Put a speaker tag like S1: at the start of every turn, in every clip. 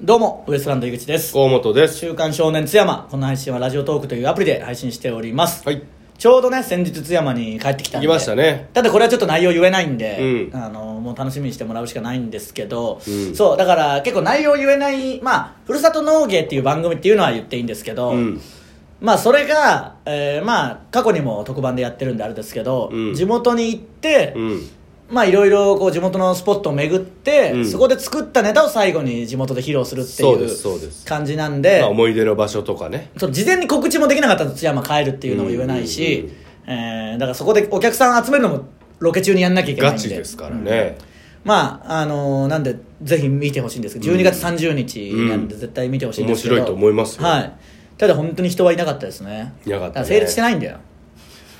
S1: どうもウエストランド井口です
S2: 河本です
S1: 週刊少年津山この配信はラジオトークというアプリで配信しております、
S2: はい
S1: ちょうどね先日津山に帰ってきたんで
S2: 行きましたね
S1: ただこれはちょっと内容言えないんで、
S2: うん
S1: あのもう楽しみにしてもらうしかないんですけど、
S2: うん
S1: そうだから結構内容言えないまあふるさと農芸っていう番組っていうのは言っていいんですけど、
S2: うん
S1: まあそれが、えーまあ過去にも特番でやってるんであれですけど、
S2: うん
S1: 地元に行って、
S2: うん
S1: まあいろいろこう地元のスポットを巡って、
S2: うん
S1: そこで作ったネタを最後に地元で披露するって
S2: そうですそう
S1: い
S2: で
S1: う
S2: す
S1: 感じなん
S2: ま
S1: で
S2: あ、思い出の場所とかね
S1: その事前に告知もできなかったら津山帰るっていうのも言えないし、えーだからそこでお客さん集めるのもロケ中にやんなきゃいけない
S2: ガ
S1: んで
S2: チですからね、
S1: まああのーなんでぜひ見てほしいんですけど12月30日なんで
S2: うん
S1: 絶対見てほしいんですけど、
S2: 面白いと思いますよ
S1: はいただ本当に人はいなかったですね
S2: いなかっ
S1: だ
S2: たね
S1: ら成立してないんだよ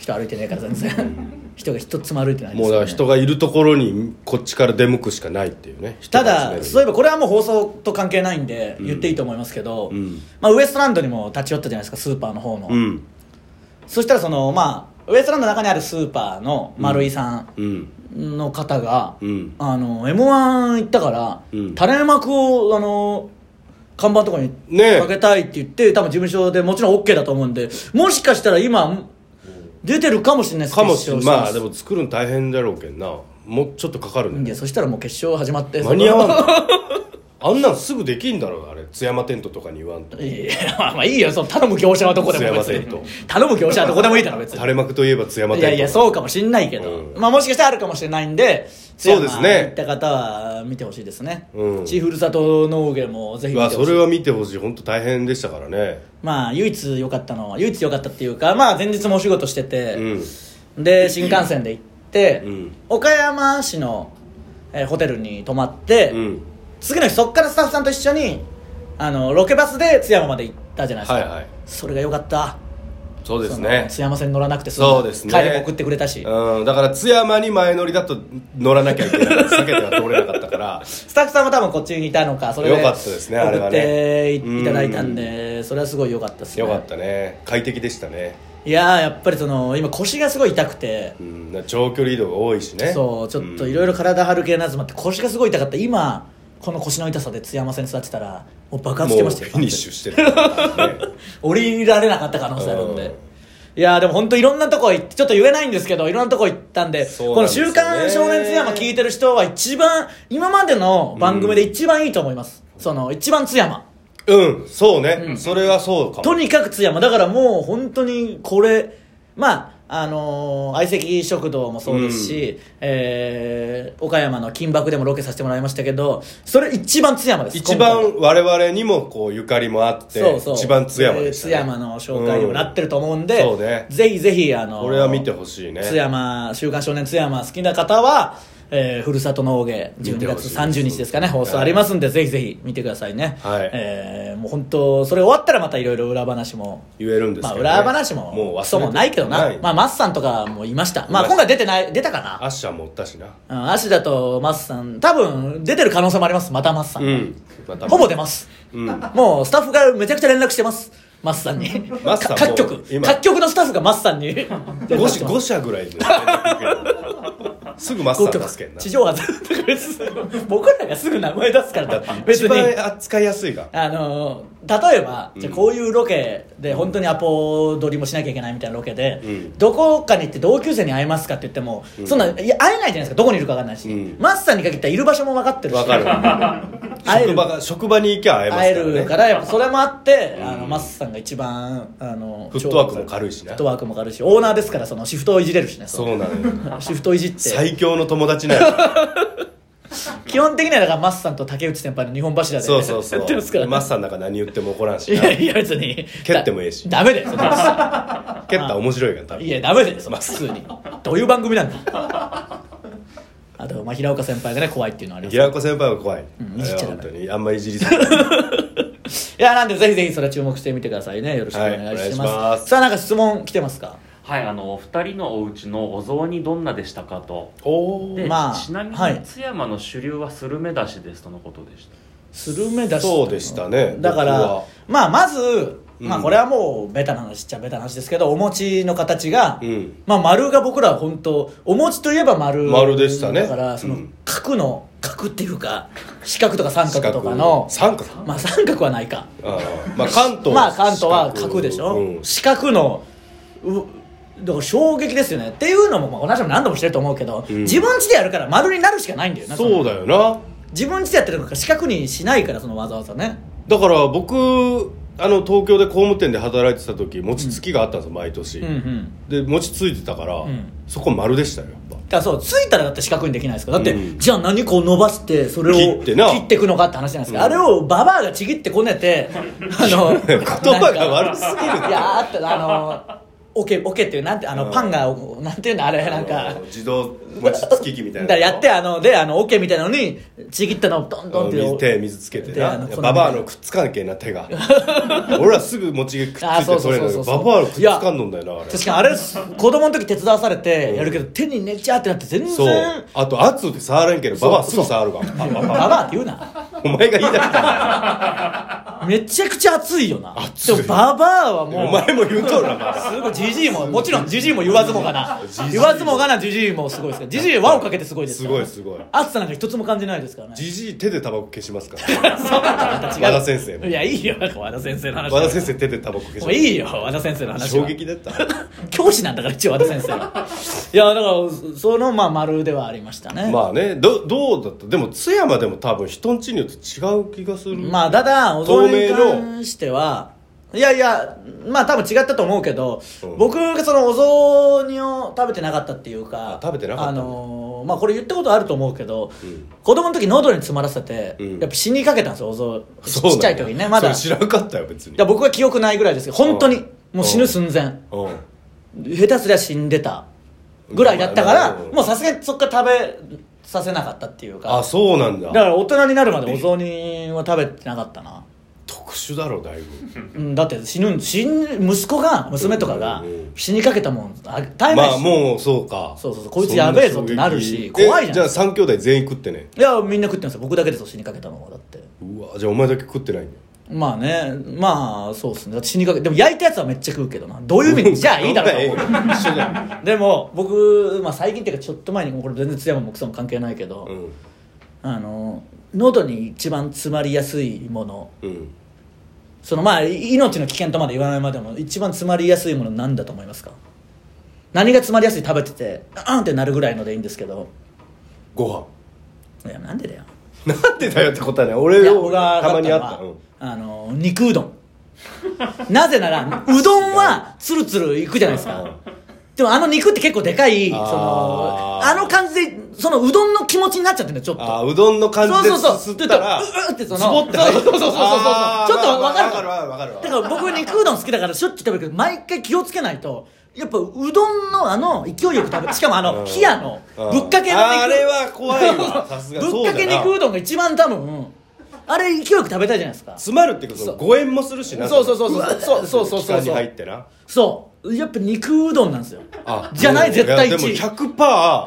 S1: 人歩いてないから全然 人が一つも歩いてないですよね
S2: もうだから人がいるところにこっちから出向くしかないっていうね
S1: ただそういえ
S2: ば
S1: ばこれはもう放送と関係ないんで言っていいと思いますけど、
S2: うん
S1: まあ、ウエストランドにも立ち寄ったじゃないですかスーパーの方の、
S2: うん
S1: そしたらそのまあウエストランドの中にあるスーパーの丸井さん
S2: うん
S1: の方が「
S2: うん
S1: あの m 1行ったから、
S2: うん
S1: 垂れ幕をあの看板とかに
S2: ねえ
S1: かけたいって言って、多分事務所でもちろん OK だと思うんでもしかしたら今出てるかもしれないです
S2: かもしれ
S1: 決
S2: ん
S1: 勝
S2: まあでも作るの大変だろうけんなもうちょっとかかるん
S1: い
S2: だ
S1: や
S2: よ
S1: そしたらもう決勝始まって
S2: 間に合わんのあんなんすぐできんだろうあれ津山テントとかに言わんと
S1: いやまあまあいいよその頼む業者はどこでも別
S2: すい
S1: に
S2: ませんと
S1: 頼む業者はどこでもいいだろ別に
S2: 垂れ幕といえば津山テ
S1: い
S2: ント
S1: やいやそうかもしんないけど、
S2: うん
S1: まあもしかしたらあるかもしれないんで
S2: そうですね
S1: 津山行った方は見てほしいですね、
S2: うん
S1: ちふるさと農芸もぜひ見て
S2: わ
S1: ほしい
S2: それは見てほしい本当大変でしたからね
S1: まあ唯一良かったのは唯一良かったっていうかまあ前日もお仕事して
S2: う
S1: て、
S2: ん
S1: で新幹線で行って、
S2: うん
S1: 岡山市の、えーホテルに泊まって、
S2: うん
S1: 次の日そっからスタッフさんと一緒にあのロケバスで津山まで行ったじゃないですか、
S2: はいはい
S1: それが良かった
S2: そうです
S1: その
S2: ね
S1: 津山線乗らなくて済んだ
S2: そうですね
S1: 帰りも送ってくれたし、
S2: うん、だから津山に前乗りだと乗らなきゃいけない 避けては通れなかったから
S1: スタッフさんも多分こっちにいたのかそれ
S2: よかったですねあれ
S1: 送
S2: は
S1: っ
S2: ね
S1: ていただいたんでそれはすごい良かったですね
S2: よかったね快適でしたね、
S1: いやーやっぱりその今腰がすごい痛くて
S2: うん、だから長距離移動が多いしね
S1: そうちょっとい
S2: い
S1: ろいろ体張る系のやつもあって腰がすごい痛かった今この腰の痛さで津山線座ってたらもう爆発して
S2: も
S1: ま
S2: う
S1: した
S2: フ
S1: よ
S2: ィニッシュしてるからね
S1: 降りられなかった可能性あるんで、
S2: うん
S1: いやーでも本当いろんなとこ行ってちょっと言えないんですけどいろんなとこ行ったんで
S2: そう
S1: この
S2: なん
S1: 「
S2: ですよ
S1: 週
S2: ね
S1: 刊少年津山」聞いてる人は一番今までの番組で一番いいと思います、その一番津山
S2: うんそうね、それはそうか
S1: と
S2: も
S1: にかく津山だからもう本当にこれまああのー相席食堂もそうですし、えー岡山の金箔でもロケさせてもらいましたけどそれ一番津山です
S2: 一
S1: 今回
S2: 番我々にもこうゆかりもあって
S1: そうそう
S2: 一番津山でした、ね
S1: えー津山の紹介にもなってると思うんで、
S2: うんそうね
S1: ぜひぜひあのー
S2: これは見てほしいね
S1: 津山「週刊少年津山」好きな方は、えーふるさと農芸12月30日ですかね
S2: 見てほ
S1: 放
S2: しいです
S1: 送ありますんで、ぜひぜひ見てくださいね、
S2: はい
S1: えーもう本当それ終わったらまたいろいろ裏話も
S2: 言えるんです
S1: まあ、
S2: けど、ね
S1: 裏話も
S2: もう忘れ
S1: クソもないけどなまあ、マスさんとかもいましたまあ
S2: いました
S1: 今回出てない出たか
S2: ア
S1: な
S2: ッシャーもおったしな
S1: うん足だとマスさん多分出てる可能性もありますまたマスさん、
S2: うんまた
S1: ほぼ出ます、
S2: うん
S1: もうスタッフがめちゃくちゃ連絡してますマスさんに
S2: マスさん
S1: か各
S2: も
S1: 局
S2: う今
S1: 各局のスタッフがマスさんに連
S2: 5
S1: 絡して
S2: 社
S1: ます
S2: 5社ぐらいで連絡受けるすぐマスター出 すけんな
S1: 地上波僕らがすぐ名前出すからな別
S2: 一
S1: に
S2: 番扱いやすいが
S1: あのー例えばじゃあこういうロケで本当にアポ取りもしなきゃいけないみたいなロケで、
S2: うん
S1: どこかに行って同級生に会えますかって言っても、そんないや会えないじゃないですかどこにいるか分かんないし、
S2: うん
S1: マスさんに限ったらいる場所も分かってるし
S2: わかる
S1: 会える
S2: 職場が職場に行きゃ会えます
S1: 会え
S2: からね
S1: るからやっぱそれもあって、あのマスさんが一番あの
S2: フットワークも軽いし
S1: フ
S2: な
S1: ットワークも軽いしオーナーですからそのシフトをいじれるしねその
S2: そうなのよ
S1: シフトをいじって
S2: 最強の友達な んや
S1: 基本的にはだからマスさんと竹内先輩の日本柱で
S2: そうそうそ
S1: やってますから
S2: うマスターの中何言っても怒らんし
S1: い
S2: な
S1: やいや別に
S2: 蹴ってもええし
S1: だダメだよそんな
S2: 蹴ったら面白いから多分
S1: いやダメだよその普通にどういう番組なんだあと、まあ、平岡先輩がね怖いっていうのはあります
S2: 平子先輩は怖い
S1: んい
S2: あ
S1: じ
S2: れ
S1: っ
S2: は
S1: ちゃダメ
S2: 本当にあんまいじりさな い
S1: いやなんでぜひぜひそれは注目してみてくださいねよろしくお願いします,、
S2: はいお願いします
S1: さあなんか質問来てますか
S3: はいあのお二人のお家のお雑煮どんなでしたかと
S2: お
S3: で、
S2: ー
S1: まあ
S3: ちなみに
S1: はい
S3: 津山の主流はスルメだしですとのことでし
S1: スルメだし
S2: そうでしたね
S1: だか
S2: 僕
S1: ら
S2: は
S1: まあまず、まあ、
S2: うん
S1: これはもうベタな話っちゃベタな話ですけどお餅の形が、
S2: うん
S1: まあ、丸が僕らは本当お餅といえば丸
S2: 丸でしたね
S1: だからその
S2: うん
S1: 角の角っていうか四角とか三角とか
S2: 四角
S1: の
S2: 三角
S1: まあ三角はないか
S2: あーまあ関東
S1: まあ関東は角でしょ、
S2: うん
S1: 四角のうだから衝撃ですよねっていうのも、まあ、同じも何度もしてると思うけど、
S2: うん
S1: 自分家でやるから丸になるしかないんだよな
S2: そうだよな
S1: 自分家でやってるから四角にしないからそのわざわざね
S2: だから僕あの東京で工務店で働いてた時餅つきがあったんですよ毎年、
S1: うんうん
S2: で餅ついてたから、
S1: ん
S2: そこ丸でしたよやっぱ
S1: だからそうついたらだって四角にできないですからだって、
S2: うん
S1: じゃあ何こう伸ばしてそれを
S2: 切ってな
S1: 切ってくのかって話じゃないですか、
S2: うん
S1: あれをババアがちぎってこね てあの言
S2: 葉が悪すぎる
S1: いやあったあのオケオケっていうなんてあの、
S2: うん
S1: パンがなんていうのあれなんか、
S2: あの自動餅つき機みた
S1: だ
S2: いな
S1: からやってあのであのオケみたいなのにちぎったのをドンドンって
S2: 水手水つけて
S1: であ
S2: な
S1: のこんな
S2: ババアのくっつかんけんな手が 俺らすぐ餅がくっつ
S1: あ
S2: い
S1: そう
S2: て
S1: そう
S2: 取れ
S1: そう
S2: る
S1: そ
S2: の
S1: う
S2: にババアのくっつかんのんだよなあれ
S1: 確かにあれ子供の時手伝わされてやるけど、手にねちゃってなって全
S2: そ
S1: 然
S2: うあと圧で触れんけどババアすぐ触るからパンパ
S1: バ
S2: ンパン
S1: バアって言うな
S2: お前が言い出した
S1: めちゃくちゃ熱いよな
S2: 熱い
S1: でもババアはもう
S2: お前も言うとるなバ
S1: すごいジジイももちろんジジイも言わずもがな言わずもがなジジイもすごいですからジジイは輪をかけてすごい
S2: バ
S1: です
S2: す
S1: から
S2: ごいすごい
S1: 暑さなんか一つも感じないですからね
S2: じじい手でタバコ消しますか ら
S1: そうだったらまた違う
S2: 和田先生も
S1: いやいいよ和田先生の話
S2: 和田先生手でタバコ消し
S1: も
S2: ま
S1: う
S2: す
S1: いいよ和田先生の話は
S2: 衝撃だった
S1: 教師なんだから一応和田先生はいやだからそのまあ丸ではありましたね
S2: まあねどどうだったでも津山でも多分人んちによって違う気がする
S1: まあただお雑
S2: 透
S1: 煮に
S2: 明の
S1: 関してはいやいやまあ多分違ったと思うけど、
S2: うん
S1: 僕がそのお雑煮を食べてなかったっていうか
S2: あ食べてなかった
S1: あ
S2: んだ
S1: のーまあこれ言ったことあると思うけど、
S2: ん
S1: 子供の時喉に詰まらせて、
S2: うん
S1: やっぱ死にかけたんですよお雑煮
S2: そうだよ
S1: ちっちゃい時ねまだ
S2: それ知らんかったよ別に
S1: いや僕は記憶ないぐらいですけど本当にもう死ぬ寸前
S2: うん
S1: 下手すりゃ死んでたぐらいだったから
S2: うん
S1: もうさすがにそっから食べさせなかったっていうか
S2: あそうなんだ
S1: だから大人になるまでお雑煮は食べてなかったな
S2: 特殊だろだいぶ
S1: うん、だって死ぬん死ぬ息子が娘とかが
S2: うんうんうん
S1: 死にかけたもんあ大変
S2: まあ
S1: し、
S2: もうそうか
S1: そうそうそうこいつやべえぞってなるし
S2: そん衝撃
S1: 怖いじゃん
S2: えじゃあ3兄弟全員食ってね
S1: いやみんな食ってますよ僕だけですよ死にかけたのはだって
S2: うわじゃあお前だけ食ってないんだよ
S1: まあねまあそうっすねだって死にかけでも焼いたやつはめっちゃ食うけどなどういう意味じゃあいいだろう
S2: そ
S1: と
S2: ん
S1: 思
S2: なんええよ一緒じゃ ん
S1: うでも僕、まあ、最近っていうかちょっと前にもうこれ全然津山も奥さんも関係ないけど、
S2: うん
S1: あの喉に一番詰まりやすいもの
S2: うん
S1: そのまあ命の危険とまで言わないまでも一番詰まりやすいものなんだと思いますか何が詰まりやすい食べててあんってなるぐらいのでいいんですけど
S2: ご
S1: いやなんでだよ
S2: 飯 なんでだよってことはね
S1: い
S2: 俺
S1: や
S2: 俺
S1: が
S2: たまに
S1: わ
S2: あっ
S1: か
S2: たうん
S1: たのはあの肉うどん なぜならうどんはツルツルいくじゃないです
S2: うん
S1: かでもあの肉って結構でかいその
S2: あー
S1: あの感じでそのうどんの気持ちになっちゃってんだよちょっと
S2: あーうどんの感
S1: そう
S2: じで
S1: そうそう
S2: すすったら
S1: ちょっとううってその
S2: ズボッて入る
S1: そうそうそうそうそうそう
S2: あー
S1: ちょっとわかる
S2: まあまあわかるわか
S1: だ
S2: る
S1: から僕肉うどん好きだからしょっちゅう食べるけど毎回気をつけないとやっぱうどんのあの勢いよく食べるしかもあ
S2: う
S1: の
S2: ん
S1: 冷やの
S2: うん
S1: ぶっかけの肉
S2: あれは怖い わさすが
S1: ぶっかけ
S2: そうだ
S1: 肉
S2: な
S1: うどんが一番多分あれ勢いよく食べたいじゃないですか
S2: 詰まるってこと誤縁もするしな
S1: そうそうそうそう
S2: わー
S1: そうそうそうそう
S2: 口に入ってな
S1: そうやっぱ肉うどんなんですよ
S2: あ
S1: じゃない絶対
S2: やでも
S1: 1
S2: 100%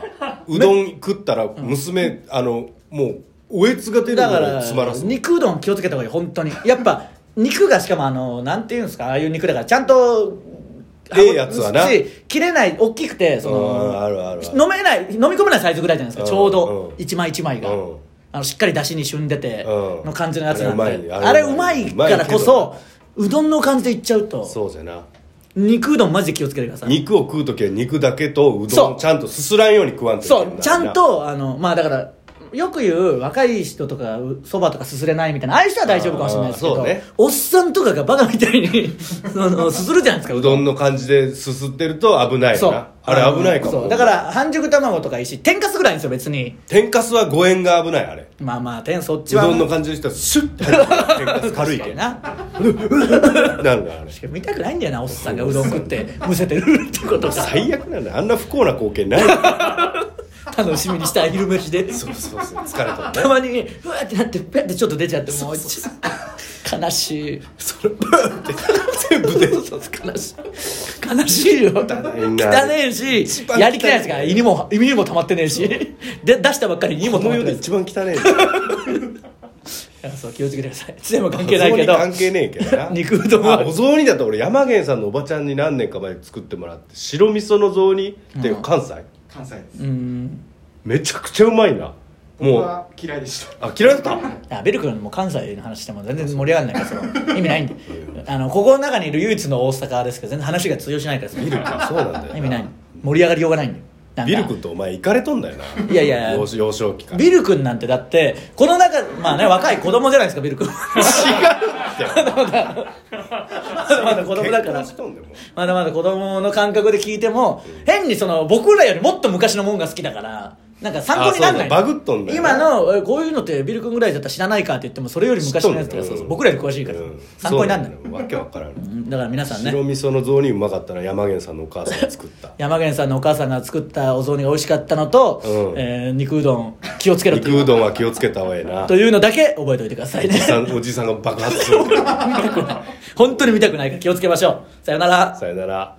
S2: うどん食ったら娘、あのもうおえつが出るぐ
S1: だから
S2: い
S1: ら
S2: 詰まらす
S1: 肉うどん気をつけた方がいい本当にやっぱ肉がしかもあのなんていうんですかああいう肉だからちゃんと
S2: ええやつはな
S1: し切れない大きくてそ
S2: うん
S1: の
S2: あるあるある
S1: 飲めない飲み込めないサイズぐらいじゃないですかちょう
S2: うん
S1: ど一枚一枚が
S2: うん
S1: あのしっかり出汁に旬でて
S2: うん
S1: の感じのやつなん
S2: あれうまい
S1: で
S2: あ
S1: あれ
S2: れ
S1: う
S2: う
S1: ま
S2: まい
S1: いからこ
S2: うま
S1: そうどんの感じでいっちゃうと
S2: そうじゃな
S1: 肉うどんマジで気をつけてください
S2: 肉を食う時は肉だけとうど
S1: そうん
S2: ちゃんとすすらんように食わんといけ
S1: そ
S2: ないうな
S1: ちゃんとあのまあだからよく言う若い人とかうそばとかすすれないみたいなああいう人は大丈夫かもしれないですけ
S2: あーそ
S1: ど、
S2: うね
S1: おっさんとかがバカみたい にそのすするじゃないですか
S2: うどんの感じですすってると危ない
S1: そ
S2: よ
S1: う
S2: なあれ危ないか
S1: そ
S2: も
S1: うだから半熟卵とかいいし天かすぐらいですよ別に
S2: 天かすは誤縁が危ないあれう
S1: まあまあ天そっちは
S2: どんの感じの人はシュッて入って くる天かす軽いけんな
S1: な
S2: るからあれ
S1: 見たくないんだよなおっさんがうどん食ってむせてるってことが
S2: 最悪なんだよあんな不幸な光景ないそ
S1: 楽しみにした昼飯で
S2: うそうそう疲れた
S1: たまにふわーってなってペッてちょっと出ちゃってもう悲しい
S2: それブーって全部出る
S1: そうそう悲しい悲しいよ
S2: えな
S1: 汚ねえし
S2: 番汚い
S1: やりきれないですから胃にも胃にも溜まってねえしで出したばっかりに胃も
S2: こ
S1: 溜ま
S2: の
S1: って
S2: 世
S1: な
S2: で
S1: いで
S2: 一番汚い
S1: そう気をつけてください全部関係ないけど
S2: お雑煮関係ねえけどな
S1: 肉うどんは
S2: あお雑煮だと俺山源さんのおばちゃんに何年か前に作ってもらって白味噌の雑煮って関西、
S4: 関西です
S1: うーん
S2: めちゃくちゃうまいなもう
S4: 僕は嫌いでした
S2: あ嫌いだった
S1: あベル君も関西の話しても全然盛り上がんないからその意味ないんであのここの中にいる唯一の大阪ですけど全然話が通用しないからその
S2: ビル君そうなんだよ
S1: 意味ない盛り上がりようがないんだよなんか
S2: ビル君とお前行かれとんだよない
S1: いやいや
S2: 幼幼少期から
S1: ビル君なんてだってこの中まあね若い子供じゃないですかビル君
S2: 違うって
S1: まだまだ子供だから
S2: 結婚しとんでも
S1: まだまだ子供の感覚で聞いても変にその僕らよりもっと昔のもんが好きだからなんか参考にならない
S2: あそうだバグっとんだよな
S1: 今のえこういうのってビル君ぐらいだったら知らないかって言ってもそれより昔のやつとか
S2: 知っとんだよ
S1: そうそう僕らより詳しいから
S2: うん
S1: 参考にならない
S2: そうだよわけわからん
S1: うんだから皆さんね
S2: 白味噌の雑煮うまかったら山源さんのお母さんが 作った
S1: 山源さんのお母さんが作ったお雑煮が美味しかったのと、
S2: うん
S1: えー肉うどん気をつけろと
S2: 肉うどんは気をつけた方がええな
S1: というのだけ覚えておいてください
S2: おじ
S1: ね
S2: さんおじさんが爆発する
S1: 本当に見たくないから気をつけましょうさよなら
S2: さよなら